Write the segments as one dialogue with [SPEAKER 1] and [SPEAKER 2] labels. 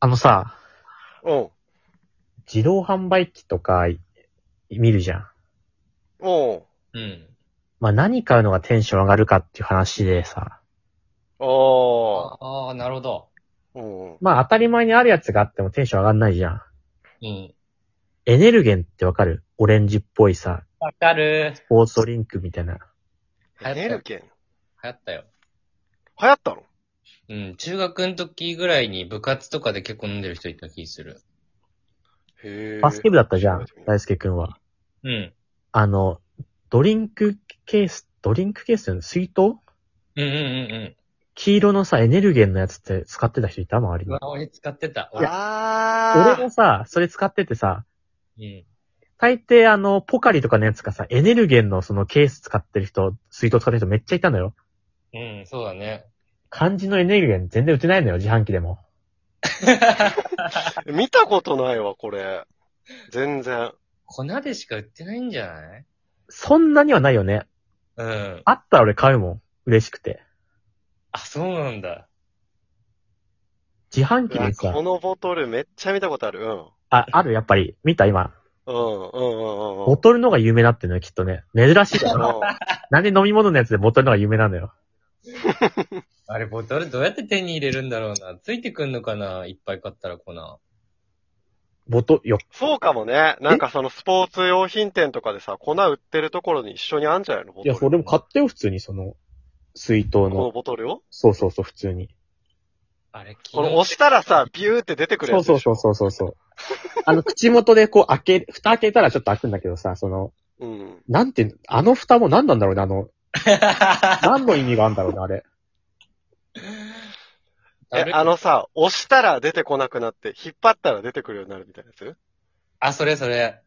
[SPEAKER 1] あのさ、
[SPEAKER 2] うん。
[SPEAKER 1] 自動販売機とかい見るじゃん。
[SPEAKER 2] うん。
[SPEAKER 3] うん。
[SPEAKER 1] まあ何買うのがテンション上がるかっていう話でさ、
[SPEAKER 2] ああ。
[SPEAKER 3] ああ、なるほど。
[SPEAKER 2] うん。
[SPEAKER 1] まあ当たり前にあるやつがあってもテンション上がんないじゃん。
[SPEAKER 3] うん。
[SPEAKER 1] エネルゲンってわかるオレンジっぽいさ、
[SPEAKER 3] わかる。
[SPEAKER 1] スポーツドリンクみたいな。
[SPEAKER 3] 流行
[SPEAKER 2] エ
[SPEAKER 3] った
[SPEAKER 2] ネル
[SPEAKER 3] よ。
[SPEAKER 2] ゲン。
[SPEAKER 3] 流行ったよ。
[SPEAKER 2] 流行ったの
[SPEAKER 3] うん。中学の時ぐらいに部活とかで結構飲んでる人いた気する。
[SPEAKER 2] へえ。
[SPEAKER 1] バスケ部だったじゃん
[SPEAKER 2] 初めて見、た
[SPEAKER 1] 大輔くんは。
[SPEAKER 3] うん。
[SPEAKER 1] あの、ドリンクケース、ドリンクケースっていうの水筒
[SPEAKER 3] うんうんうんうん。
[SPEAKER 1] 黄色のさ、エネルゲンのやつって使ってた人いた周り
[SPEAKER 3] う
[SPEAKER 1] に
[SPEAKER 3] わ、。俺使ってた。俺
[SPEAKER 1] 俺
[SPEAKER 2] あ
[SPEAKER 1] もさ、それ使っててさ、
[SPEAKER 3] うん。
[SPEAKER 1] 大抵あの、ポカリとかのやつがさ、エネルゲンのそのケース使ってる人、水筒使ってる人めっちゃいたのよ。
[SPEAKER 3] うん、そうだね。
[SPEAKER 1] 漢字のエネルゲン全然売ってないのよ、自販機でも。
[SPEAKER 2] あ。見たことないわ、これ。全然。
[SPEAKER 3] 粉でしか売ってないんじゃない
[SPEAKER 1] そんなにはないよね。
[SPEAKER 3] うん。
[SPEAKER 1] あったら俺買うもん。嬉しくて。
[SPEAKER 3] あ、そうなんだ。
[SPEAKER 1] 自販
[SPEAKER 2] う
[SPEAKER 1] 機
[SPEAKER 2] わ
[SPEAKER 1] で
[SPEAKER 2] こ
[SPEAKER 1] さ、
[SPEAKER 2] のボトルめっちゃ見たことある。うん。
[SPEAKER 1] あ、あるやっぱり。見た今。
[SPEAKER 2] うん、うん、うん、うん。
[SPEAKER 1] ボトルの方が有名だってのよ、きっとね。珍しいだろ。
[SPEAKER 2] う
[SPEAKER 1] なんで飲み物のやつでボトルの方が有名なのよ。
[SPEAKER 3] あれ、ボトルどうやって手に入れるんだろうな。ついてくんのかないっぱい買ったら粉。
[SPEAKER 1] ボト、よ、
[SPEAKER 2] んそうかもね。なんかそのスポーツ用品店とかでさ、粉売ってるところに一緒にあんじゃないのボト
[SPEAKER 1] い
[SPEAKER 2] ル。
[SPEAKER 1] や、それも買ってよ、普通に、その、水筒
[SPEAKER 2] この
[SPEAKER 1] の。
[SPEAKER 2] ボトルを
[SPEAKER 1] そうそうそう、普通に。
[SPEAKER 3] あれ、
[SPEAKER 2] この押したらさ、ビューって出てくる
[SPEAKER 1] そ
[SPEAKER 2] や
[SPEAKER 1] う
[SPEAKER 2] つでし
[SPEAKER 1] そ
[SPEAKER 2] ょ。
[SPEAKER 1] うそうそうそうそう。あの、口元でこう開ける、蓋開けたらちょっと開くんだけどさ、その、
[SPEAKER 2] う。うん。
[SPEAKER 1] なんて、あの蓋も何なんだろうね、あの、
[SPEAKER 3] 昨
[SPEAKER 1] 何の意味があるんだろうね、あ れ。
[SPEAKER 3] 日
[SPEAKER 2] え、あ、のさ、押したら出てこなくなって、引っ張ったら出てくるようになるみたいなやつ
[SPEAKER 3] あ、それそれ。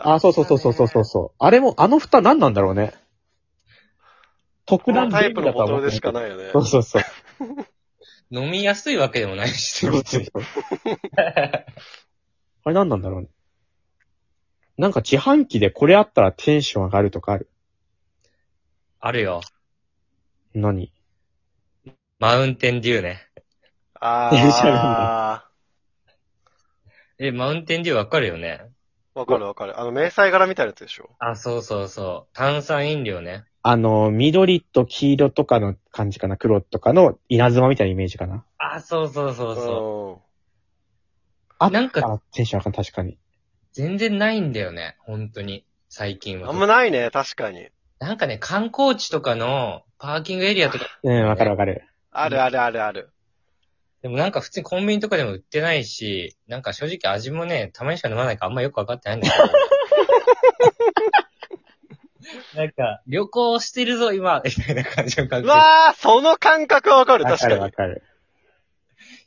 [SPEAKER 1] あ、そうそうそうそうそうそうそう。あれも、あの蓋何なんだろうね。特
[SPEAKER 2] こ
[SPEAKER 1] 段
[SPEAKER 2] のタ
[SPEAKER 1] 便
[SPEAKER 2] イ
[SPEAKER 1] 利
[SPEAKER 2] プ
[SPEAKER 1] だ
[SPEAKER 2] の
[SPEAKER 1] とは
[SPEAKER 2] ボト
[SPEAKER 1] 思っ
[SPEAKER 2] ル
[SPEAKER 1] て
[SPEAKER 2] でしか
[SPEAKER 1] い。
[SPEAKER 2] ないよね
[SPEAKER 1] そ。うそうそう。
[SPEAKER 3] 飲みやすいわけでもないし。
[SPEAKER 1] あれ何なんだろうね。なんか自販機でこれあったらテンション上がるとかある。
[SPEAKER 3] あるよ。
[SPEAKER 1] 何
[SPEAKER 3] マウンテンデューね。
[SPEAKER 2] あ
[SPEAKER 3] え、マウンテンデューわかるよね
[SPEAKER 2] あ。わかるわかる。あの、迷彩柄みたいなやつでしょ。
[SPEAKER 3] あ、そうそうそう。炭酸飲料ね。
[SPEAKER 1] あの、緑と黄色とかの感じかな、黒とかの稲妻みたいなイメージかな。
[SPEAKER 3] あ、そうそうそうそう。
[SPEAKER 1] あ
[SPEAKER 3] なんか
[SPEAKER 1] あテンション上がる、確かに。
[SPEAKER 3] 全然ないんだよね。本当に。最近
[SPEAKER 2] うん。
[SPEAKER 3] は。
[SPEAKER 2] あんまないね、確かに。
[SPEAKER 3] なんかね、観光地とかのパーキングエリアとか、
[SPEAKER 1] うん、わかるわかる。
[SPEAKER 2] あるあるあるある。
[SPEAKER 3] でもなんか普通にコンビニとかでも売ってないし、なんか正直味もね、たまにしか飲まないからあんまよくわかってないんだけど。 なんか、旅行してるぞ、今みたいな感じの感
[SPEAKER 2] う
[SPEAKER 3] じ。
[SPEAKER 2] わあ、その感覚わかる、
[SPEAKER 1] わ
[SPEAKER 2] 確
[SPEAKER 1] か
[SPEAKER 2] か
[SPEAKER 1] るわ
[SPEAKER 2] に。
[SPEAKER 1] かる。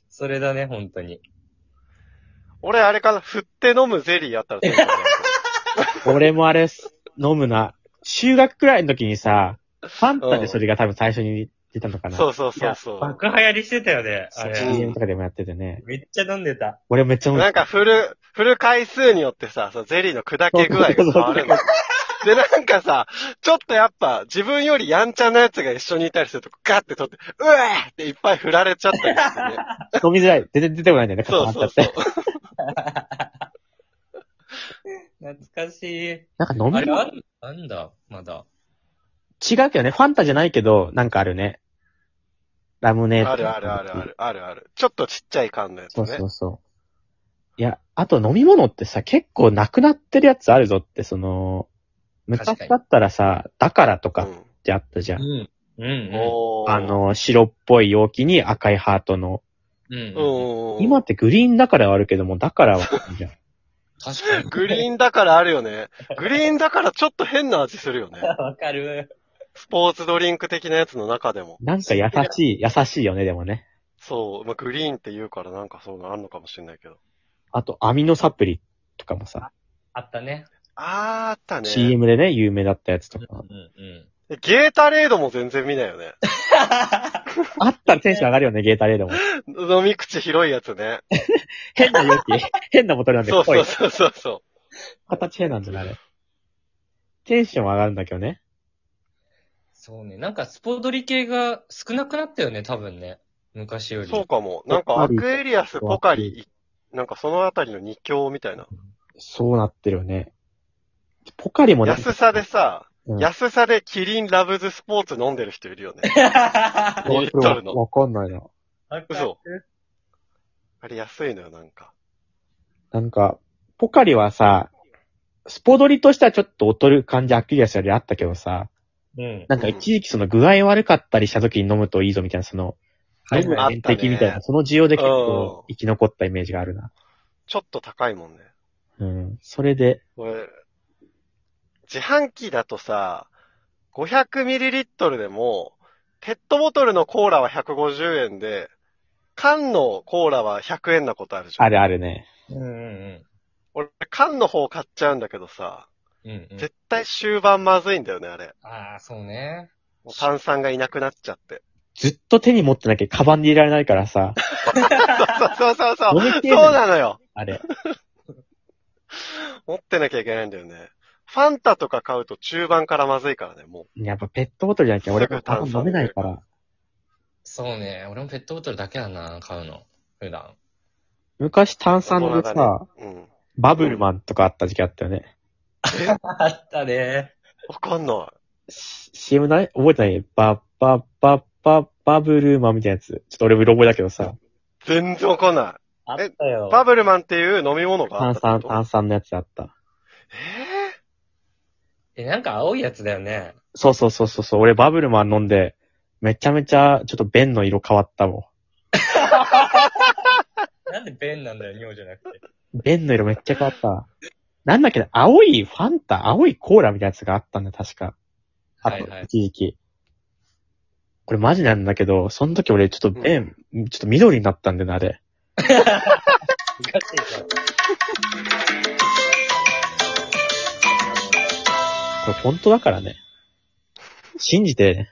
[SPEAKER 3] それだね、本当に。
[SPEAKER 2] 俺、あれかな、振って飲むゼリーあったらテンション上がる。
[SPEAKER 1] 俺もあれ、飲むな。中学くらいの時にさ、ファンタでそれが多分最初に出たの かな。。
[SPEAKER 2] そううそうそうそう。
[SPEAKER 3] 爆流行りしてたよね、あ
[SPEAKER 2] そう
[SPEAKER 3] れ。
[SPEAKER 1] CM とかでもやっててね。
[SPEAKER 3] めっちゃ飲んでた。
[SPEAKER 1] 俺めっちゃ飲ん
[SPEAKER 2] なん
[SPEAKER 1] で
[SPEAKER 2] か振る、振る回数によってさ、そのゼリーの砕け具合が変わるんだよ。で、なんかさ、ちょっとやっぱ、自分よりやんちゃなやつが一緒にいたりすると、ガッて取って、うわーっていっぱい振られちゃったりして ね。
[SPEAKER 1] 飲みづらい。全然出てこないんだよね、
[SPEAKER 2] そう
[SPEAKER 1] 固まっ
[SPEAKER 2] そう
[SPEAKER 1] ちゃ
[SPEAKER 2] そ
[SPEAKER 1] っ
[SPEAKER 2] う
[SPEAKER 1] て。。
[SPEAKER 3] 懐かしい。
[SPEAKER 1] なんか飲み
[SPEAKER 3] あれ、
[SPEAKER 1] 物、
[SPEAKER 3] あんあんだ、まだ。
[SPEAKER 1] 違うけどね、ファンタじゃないけど、なんかあるね。ラムネード。
[SPEAKER 2] あるあるあるあ。る、あるある。ちょっとちっちゃい缶のやつ
[SPEAKER 1] そう
[SPEAKER 2] ね
[SPEAKER 1] そ。うそう。いや、あと飲み物ってさ、結構なくなってるやつあるぞって、その、昔
[SPEAKER 3] 確かに
[SPEAKER 1] だったらさ、だからと
[SPEAKER 2] う
[SPEAKER 1] かっ
[SPEAKER 2] ん。
[SPEAKER 1] てあったじゃん
[SPEAKER 3] う。ん。うん、う
[SPEAKER 2] おー
[SPEAKER 1] あ、の、白っぽい容器に赤いハートの。
[SPEAKER 3] ん。うん、うん。
[SPEAKER 2] うん。
[SPEAKER 1] 今ってグリーンだからはあるけども、だからはないじゃん。
[SPEAKER 3] 確かに。
[SPEAKER 2] グリーンだからあるよね。グリーンだからちょっと変な味するよね。
[SPEAKER 3] わかる。
[SPEAKER 2] スポーツドリンク的なやつの中でも。
[SPEAKER 1] なんか優 しい、優しいよね、でもね。
[SPEAKER 2] そう、まあ、グリーンって言うからなんかそういうのあるのかもしれないけど。
[SPEAKER 1] あと、アミノサプリとかもさ、
[SPEAKER 3] あったね。
[SPEAKER 2] あーあったね。
[SPEAKER 1] CM でね、有名だったやつと
[SPEAKER 3] うん
[SPEAKER 1] か。、
[SPEAKER 3] うん。
[SPEAKER 2] ゲータレードも全然見ないよね。
[SPEAKER 1] あったらテンション上がるよね、ゲータレードも。
[SPEAKER 2] 飲み口広いやつね。
[SPEAKER 1] 変な 容器、変なボトルなんで、
[SPEAKER 2] そう
[SPEAKER 1] 濃
[SPEAKER 2] そう
[SPEAKER 1] い。
[SPEAKER 2] そうそうそ
[SPEAKER 1] 形変なんじゃないあれ。テンション上がるんだけどね。
[SPEAKER 3] そうね。なんかスポドリ系が少なくなったよね、多分ね。昔より。
[SPEAKER 2] そうかも。なんか、アクエリアス、ポカリ、なんかそのあたりの二強みたいな。
[SPEAKER 1] そうなってるよね。ポカリもなんか
[SPEAKER 2] 安さでさ、
[SPEAKER 1] うん
[SPEAKER 2] 安さでキリンラブズスポーツ飲んでる人いるよね。
[SPEAKER 3] あ
[SPEAKER 2] 2リットルの。
[SPEAKER 1] わかんないな。
[SPEAKER 2] 嘘あれ安いのよ、なんか。
[SPEAKER 1] なんか、ポカリはさ、スポドリとしてはちょっと劣る感じ、アクリアスよりあったけどさ、
[SPEAKER 3] うん。
[SPEAKER 1] なんか一時期その具合悪かったりした時に飲むといいぞみたいな、その、
[SPEAKER 3] はい
[SPEAKER 1] 飲む点滴みたいな、
[SPEAKER 2] あったね
[SPEAKER 1] その需要で結構生き残ったイメージがあるな。
[SPEAKER 2] ちょっと高いもんね。
[SPEAKER 1] うん。それで、
[SPEAKER 2] 俺、自販機だとさ、500ml でも、ペットボトルのコーラは150円で、缶のコーラは100円なことあるじゃ
[SPEAKER 1] あ
[SPEAKER 2] ん。
[SPEAKER 1] るあるね。
[SPEAKER 3] うんうん
[SPEAKER 2] 俺、缶の方買っちゃうんだけどさ、
[SPEAKER 3] うん。うんうん、
[SPEAKER 2] 絶対終盤まずいんだよね、あれ。
[SPEAKER 3] ああ、そうね。
[SPEAKER 2] もう炭酸がいなくなっち ゃって。
[SPEAKER 1] ずっと手に持ってなきゃカバンに入れられないからさ、
[SPEAKER 2] そうそうそうそう。
[SPEAKER 1] 飲みき
[SPEAKER 2] そ
[SPEAKER 1] れ
[SPEAKER 2] う
[SPEAKER 1] ない
[SPEAKER 2] なのよ。
[SPEAKER 1] あれ。
[SPEAKER 2] 持ってなきゃいけないんだよね。ファンタとか買うと中盤からまずいからね、もう。
[SPEAKER 1] やっぱペットボトルじゃなきゃ俺
[SPEAKER 2] すぐ
[SPEAKER 1] が
[SPEAKER 2] 炭酸
[SPEAKER 1] 飲めないから。
[SPEAKER 3] そうね。俺もペットボトルだけだな、買うの。普段。
[SPEAKER 1] 昔炭酸で
[SPEAKER 2] 大人だ
[SPEAKER 1] さ、
[SPEAKER 2] うん。
[SPEAKER 1] バブルマンとかあった時期あったよね。
[SPEAKER 3] あったね。
[SPEAKER 2] わかんない。
[SPEAKER 1] C- CM ない覚えてないバッバッバッバッバブルマンみたいなやつ。ちょっと俺うろ覚えだけどさ、
[SPEAKER 2] 全然わかんない。
[SPEAKER 3] あったよ。
[SPEAKER 2] バブルマンっていう飲み物が
[SPEAKER 1] 炭
[SPEAKER 2] あったっ
[SPEAKER 1] 酸、
[SPEAKER 2] てこと
[SPEAKER 1] 炭酸のやつあった。
[SPEAKER 2] え
[SPEAKER 3] え、なんか青いやつだよね。
[SPEAKER 1] そうそうそうそうそう、俺バブルマン飲んで、めちゃめちゃちょっと便の色変わったも
[SPEAKER 3] なんで便なんだよ、尿じゃなくて。
[SPEAKER 1] ん。便の色めっちゃ変わった。なんだっけな、青いファンタ、青いコーラみたいなやつがあったんだよ、確か。あと
[SPEAKER 3] はいはい、
[SPEAKER 1] 一時期。これマジなんだけど、その時俺ちょっと便、ちょっと緑になったんだよな、あれ。
[SPEAKER 3] おかしいか
[SPEAKER 1] これ本当だからね。信じてね。